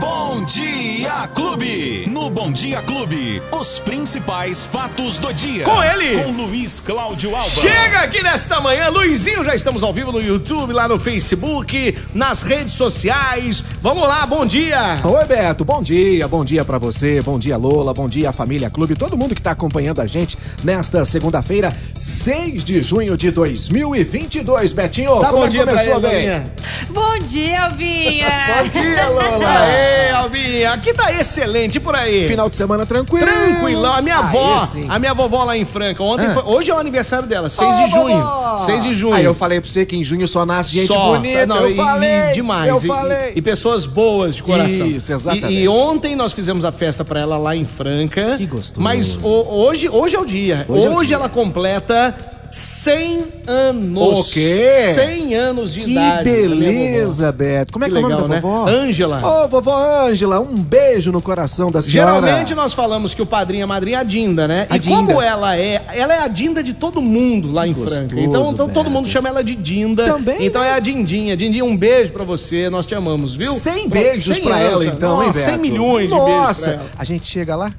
Bom Dia Clube. No Bom Dia Clube, os principais fatos do dia. Com ele. Com Luiz Cláudio Alba. Chega aqui nesta manhã, Luizinho, já estamos ao vivo no YouTube, lá no Facebook, nas redes sociais. Vamos lá, bom dia. Oi, Beto, bom dia, bom dia pra você, bom dia, Lola, bom dia, família Clube, todo mundo que tá acompanhando a gente nesta segunda-feira, 6 de junho de 2022. Betinho, Dá como Tá bom é que dia pra começou ele, bem? Alvinha. Bom dia, Alvinha! Bom dia, Lola. Aê, Alvinha, aqui tá excelente por aí. Final de semana tranquilo. Tranquilão, a minha Aí avó, sim. a minha vovó lá em Franca, ontem Ah. foi- hoje é o aniversário dela, 6 Ô, de junho, vovó! 6 de junho. Aí eu falei pra você que em junho só nasce gente bonita. não, eu e- falei. e demais. Eu e- falei. E, pessoas boas de coração. Isso, exatamente. E, e ontem nós fizemos a festa pra ela lá em Franca. Que gostoso. Mas o- hoje, hoje é o dia. Hoje Hoje, é o dia. ela completa 100 anos. O quê? 100 anos de que idade. né, da minha beleza, Beto. Como é que, Que é o legal, nome da né? vovó? Ângela. Ô, vovó Ângela, um beijo no coração da senhora. Geralmente nós falamos que o padrinho e a madrinha é a Dinda, né? A e como Dinda. ela é, ela é a Dinda de todo mundo lá em Gostoso, Franca. Então, então todo Beto. mundo chama ela de Dinda. Também, Então né? é a Dindinha. Dindinha, um beijo pra você, nós te amamos, viu? Cem Pronto, beijos cem pra anos, ela, né? então, hein, Nossa, Beto? 100 milhões de beijos pra Nossa, ela. a gente chega lá?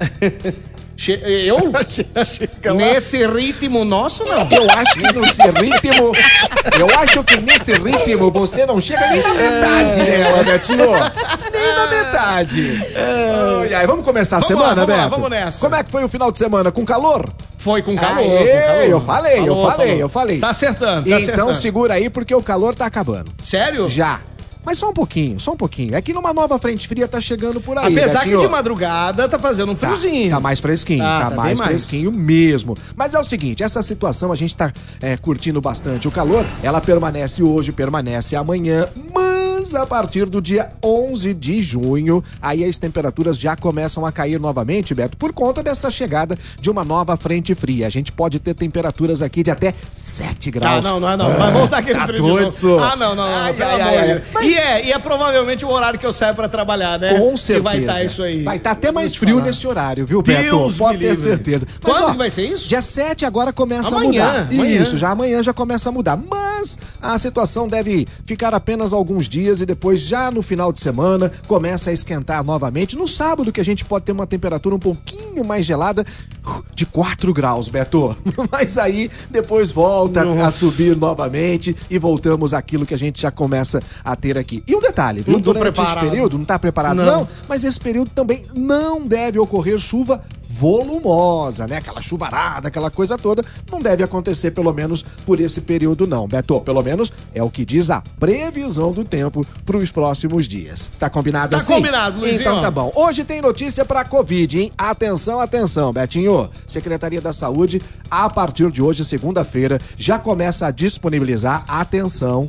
Che- eu? chega Nesse ritmo nosso, não. Eu acho que nesse ritmo. Eu acho que nesse ritmo você não chega nem na É. metade dela, Betinho. Nem na metade. Ai, ai, vamos começar a É. Vamos semana, lá, vamos lá, Beto? vamos nessa. Tá Como é que foi o final de semana? Com calor? Foi com calor, Aê, com calor. eu falei, eu Falou, falei, falou. eu falei. Tá acertando, tá então acertando. segura aí porque o calor tá acabando. Sério? Já. Mas só um pouquinho, só um pouquinho. É que numa nova frente fria tá chegando por aí. Apesar que Betinho. de madrugada tá fazendo um Tá, friozinho. Tá, mais fresquinho, Ah, tá, tá bem mais, mais. fresquinho mesmo. Mas é o seguinte, essa situação a gente tá é, curtindo bastante o calor. Ela permanece hoje, permanece amanhã, mas a partir do dia 11 de junho, aí as temperaturas já começam a cair novamente, Beto, por conta dessa chegada de uma nova frente fria. A gente pode ter temperaturas aqui de até 7 Tá, graus. não, não, não. Vai voltar aquele frio de É. Tá doido, novo. senhor? Ah, não, não, não. Ai, pelo ai, amor ai, de ai. Deus. E é, e é provavelmente o horário que eu saio pra trabalhar, né? Com certeza. E vai estar isso aí. Vai estar até Vou mais te frio falar. nesse horário, viu, Deus Beto? me Pode ter livre. certeza. Quando que vai ser isso? Dia 7 agora começa Amanhã, a mudar. amanhã. Isso, já amanhã já começa a mudar. Mas a situação deve ficar apenas alguns dias e depois, já no final de semana, começa a esquentar novamente. No sábado, que a gente pode ter uma temperatura um pouquinho mais gelada, de 4 graus, Beto. Mas aí depois volta a subir novamente e voltamos àquilo que a gente já começa a ter aqui. E um detalhe, viu? Não tô Durante esse preparado. período, não tá preparado, Não. não? mas esse período também não deve ocorrer chuva volumosa, né? Aquela chuvarada, aquela coisa toda, não deve acontecer pelo menos por esse período não, Beto. Pelo menos é o que diz a previsão do tempo para os próximos dias. Tá combinado Tá assim? combinado, Luizinho. Então tá bom. Hoje tem notícia para COVID, hein? Atenção, atenção, Betinho. Secretaria da Saúde, a partir de hoje, segunda-feira, já começa a disponibilizar, atenção,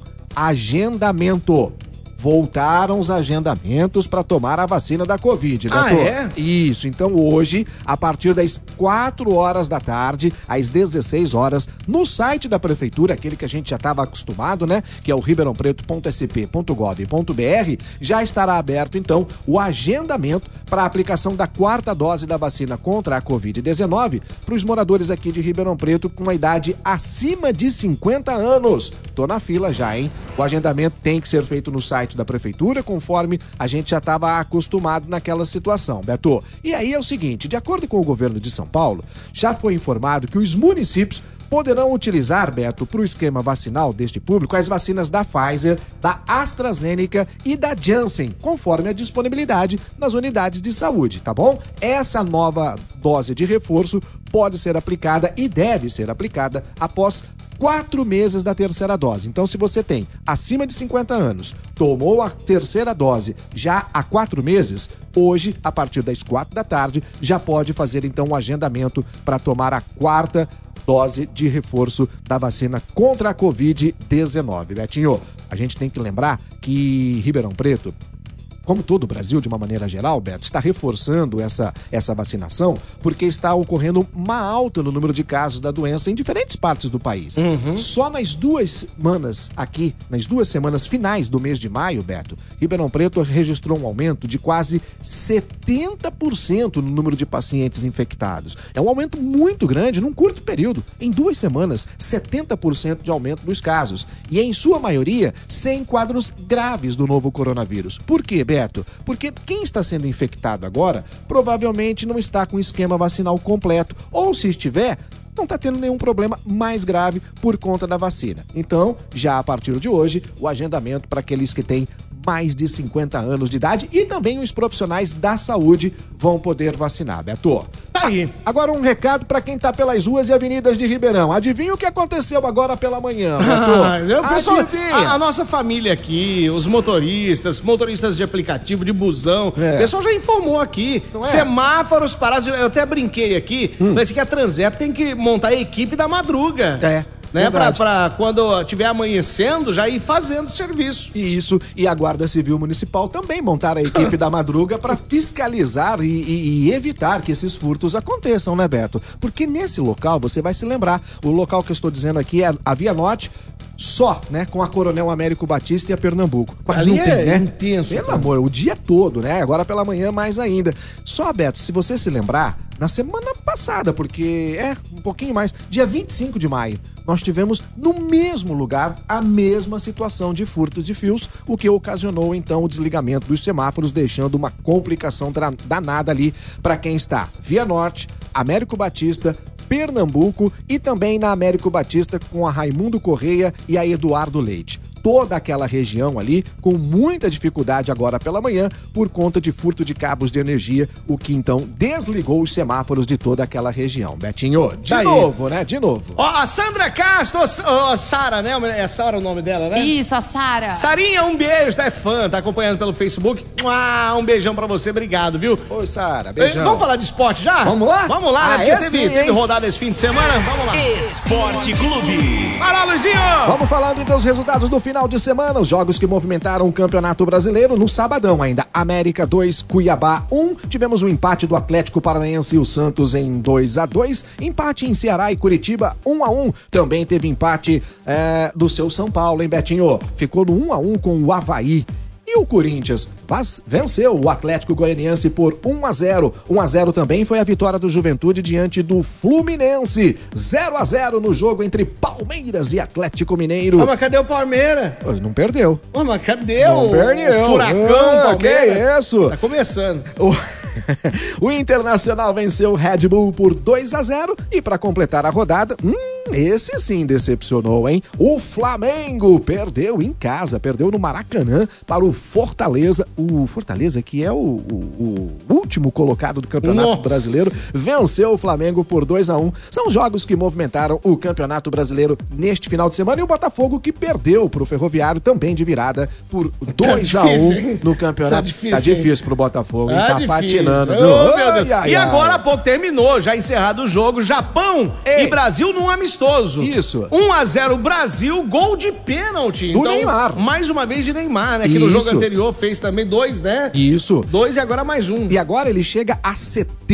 agendamento. Voltaram os agendamentos para tomar a vacina da Covid, né, Ah, doutor. é? Isso, então hoje, a partir das 4 horas da tarde, às 16 horas, no site da prefeitura, aquele que a gente já estava acostumado, né? Que é o ribeirãopreto.sp.gov.br, já estará aberto, então, o agendamento para a aplicação da quarta dose da vacina contra a Covid-19 para os moradores aqui de Ribeirão Preto com a idade acima de 50 anos. Tô na fila já, hein? O agendamento tem que ser feito no site da prefeitura, conforme a gente já estava acostumado naquela situação, Beto. E aí é o seguinte, de acordo com o governo de São Paulo, já foi informado que os municípios poderão utilizar, Beto, para o esquema vacinal deste público, as vacinas da Pfizer, da AstraZeneca e da Janssen, conforme a disponibilidade nas unidades de saúde, tá bom? Essa nova dose de reforço pode ser aplicada e deve ser aplicada após quatro meses da terceira dose. Então, se você tem acima de 50 anos, tomou a terceira dose já há quatro meses, hoje, a partir das quatro da tarde, já pode fazer então um agendamento para tomar a quarta dose de reforço da vacina contra a Covid-19. Betinho, a gente tem que lembrar que Ribeirão Preto como todo o Brasil, de uma maneira geral, Beto, está reforçando essa, essa vacinação porque está ocorrendo uma alta no número de casos da doença em diferentes partes do país. Só nas duas semanas aqui, nas duas semanas finais do mês de maio, Beto, Ribeirão Preto registrou um aumento de quase 70% no número de pacientes infectados. É um aumento muito grande num curto período. Em duas semanas, 70% de aumento dos casos. E em sua maioria, sem quadros graves do novo coronavírus. Por quê, Beto? correto. Porque quem está sendo infectado agora provavelmente não está com o esquema vacinal completo. Ou se estiver, não está tendo nenhum problema mais grave por conta da vacina. Então, já a partir de hoje, o agendamento para aqueles que têm mais de 50 anos de idade e também os profissionais da saúde vão poder vacinar, Beto. Tá aí. Agora um recado para quem tá pelas ruas e avenidas de Ribeirão. Adivinha o que aconteceu agora pela manhã, Ah, Beto? eu- Ah, pessoal, Adivinha? a, a nossa família aqui, os motoristas, motoristas de aplicativo, de busão, É. o pessoal já informou aqui. Não é? Hum. Semáforos parados. Eu até brinquei aqui, mas que a Transep tem que montar a equipe da madruga. É, Né, pra, verdade. pra quando tiver amanhecendo, já ir fazendo o serviço. E isso, e a Guarda Civil Municipal também montaram a equipe da madruga para fiscalizar e, e- e evitar que esses furtos aconteçam, né, Beto? Porque nesse local, você vai se lembrar, o local que eu estou dizendo aqui é a Via Norte, só, né, com a Coronel Américo Batista e a Pernambuco. Quase Ali não tem, é né? intenso, Pelo cara. amor, o dia todo, né? Agora pela manhã mais ainda. Só, Beto, se você se lembrar, na semana passada, porque é um pouquinho mais, dia 25 de maio, nós tivemos no mesmo lugar a mesma situação de furto de fios, o que ocasionou então o desligamento dos semáforos, deixando uma complicação dra- danada ali para quem está Via Norte, Américo Batista, Pernambuco e também na Américo Batista com a Raimundo Correia e a Eduardo Leite. Toda aquela região ali com muita dificuldade agora pela manhã por conta de furto de cabos de energia, o que então desligou os semáforos de toda aquela região. Betinho, de Tá aí. novo, né? De novo. Ó, a Sandra Castro, ó, Sara, né? É Sara o nome dela, né? Isso, a Sara. Sarinha, um beijo, tá? É fã, tá acompanhando pelo Facebook. Mua, um beijão pra você, obrigado, viu? Oi, Sara, Eh, beijão. Vamos falar de esporte já? Vamos lá? Vamos lá, Ah, né? é Porque sim, teve, teve hein? rodada esse fim de semana. Vamos lá. Esporte Clube. Vai lá, Luizinho! Vamos falando então dos resultados do final de semana, os jogos que movimentaram o Campeonato Brasileiro no sabadão ainda. América 2, Cuiabá 1. Tivemos o empate do Atlético Paranaense e o Santos em 2 a 2 Empate em Ceará e Curitiba 1 a 1 Também teve empate eh, do seu São Paulo, hein, Betinho? Ficou no 1 a 1 com o Havaí. E o Corinthians vas- venceu o Atlético Goianiense por 1 a 0. 1 a 0 também foi a vitória do Juventude diante do Fluminense. 0 a 0 no jogo entre Palmeiras e Atlético Mineiro. Ah, mas cadê o Palmeiras? Ô, Não perdeu. Ah, mas cadê Não o, perdeu. o furacão Ah, Palmeiras? que isso? Tá começando. O... o Internacional venceu o Red Bull por 2 a 0 e para completar a rodada, hum, esse sim decepcionou, hein? O Flamengo perdeu em casa, perdeu no Maracanã para o Fortaleza. O Fortaleza, que é o, o- o último colocado do Campeonato Nossa. Brasileiro, venceu o Flamengo por 2 a 1 São jogos que movimentaram o Campeonato Brasileiro neste final de semana e o Botafogo que perdeu para o Ferroviário também de virada por 2 a 1 Tá difícil, hein? no Campeonato. Tá difícil, hein? Isso pro Botafogo, hein? Ah, tá difícil. patinando, Ô, viu? meu Deus. Ai, ai, e ai. agora há pouco terminou, já encerrado o jogo, Japão Ei. e Brasil num amistoso. Isso. 1 a 0 Brasil, gol de pênalti. Então, Do Neymar. Mais uma vez de Neymar, né? Que no Isso. jogo anterior fez também dois, né? Isso. Dois e agora mais um. E agora ele chega a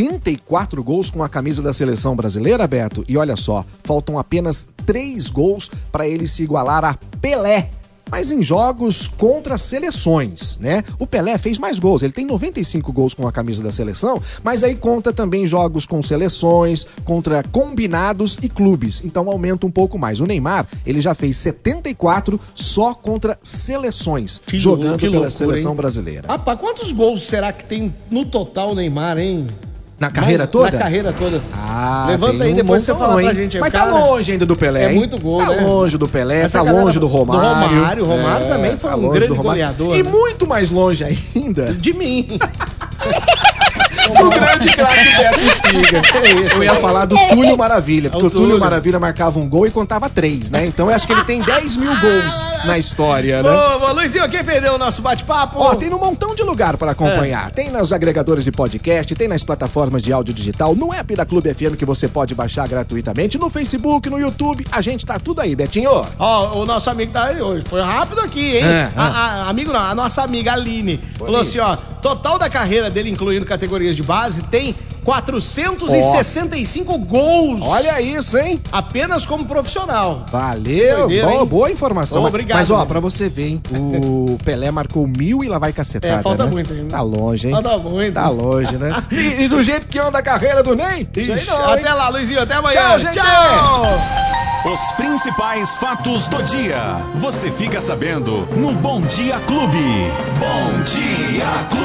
74 gols com a camisa da seleção brasileira, Beto. E olha só, faltam apenas 3 gols para ele se igualar a Pelé. Mas em jogos contra seleções, né? O Pelé fez mais gols, ele tem 95 gols com a camisa da seleção, mas aí conta também jogos com seleções, contra combinados e clubes, então aumenta um pouco mais. O Neymar, ele já fez 74 só contra seleções, Que lou- jogando que pela loucura, seleção hein? brasileira. Rapaz, quantos gols será que tem no total o Neymar, hein? Na carreira toda? Na carreira toda. Ah, Levanta tem aí, um depois você montão, fala pra hein? gente. Mas cara, tá longe ainda do Pelé, É hein? muito gol, Tá né? longe do Pelé, Essa tá galera longe do do Romário. É, tá Romário, o Romário também foi um longe grande do Romário. goleador, E né? muito mais longe ainda De mim. do grande craque Beto Espiga. Eu ia falar do Túlio Maravilha, É porque o o Túlio. É né? Túlio. Maravilha marcava um gol e contava três, né? Então eu acho que ele tem 10 mil gols na história, Ô, né? ô, Luizinho, quem perdeu o nosso bate-papo? Ó, tem num montão de lugar para É. acompanhar. Tem nos agregadores de podcast, tem nas plataformas de áudio digital, no app da Clube FM que você pode baixar gratuitamente, no Facebook, no YouTube. A gente tá tudo aí, Betinho. Ó, o nosso amigo tá aí hoje. Foi rápido aqui, hein? É, A- a- amigo não, a nossa amiga Aline. Falou assim, ó. Total da carreira dele, incluindo categorias de base, tem 465 gols. Olha isso, hein? Apenas como profissional. Valeu, Doideira, boa, hein? boa informação. Obrigado. Mas ó, pra você ver, hein, o Pelé marcou mil e lá vai cacetada, É, falta né? muito ainda. Tá longe, hein? Falta muito. Tá longe, né? E, e do jeito que anda a carreira do Ney? Isso aí não, hein? Até lá, Luizinho. Até amanhã. Tchau, gente. Tchau. Os principais fatos do dia. Você fica sabendo no Bom Dia Clube. Bom Dia Clube.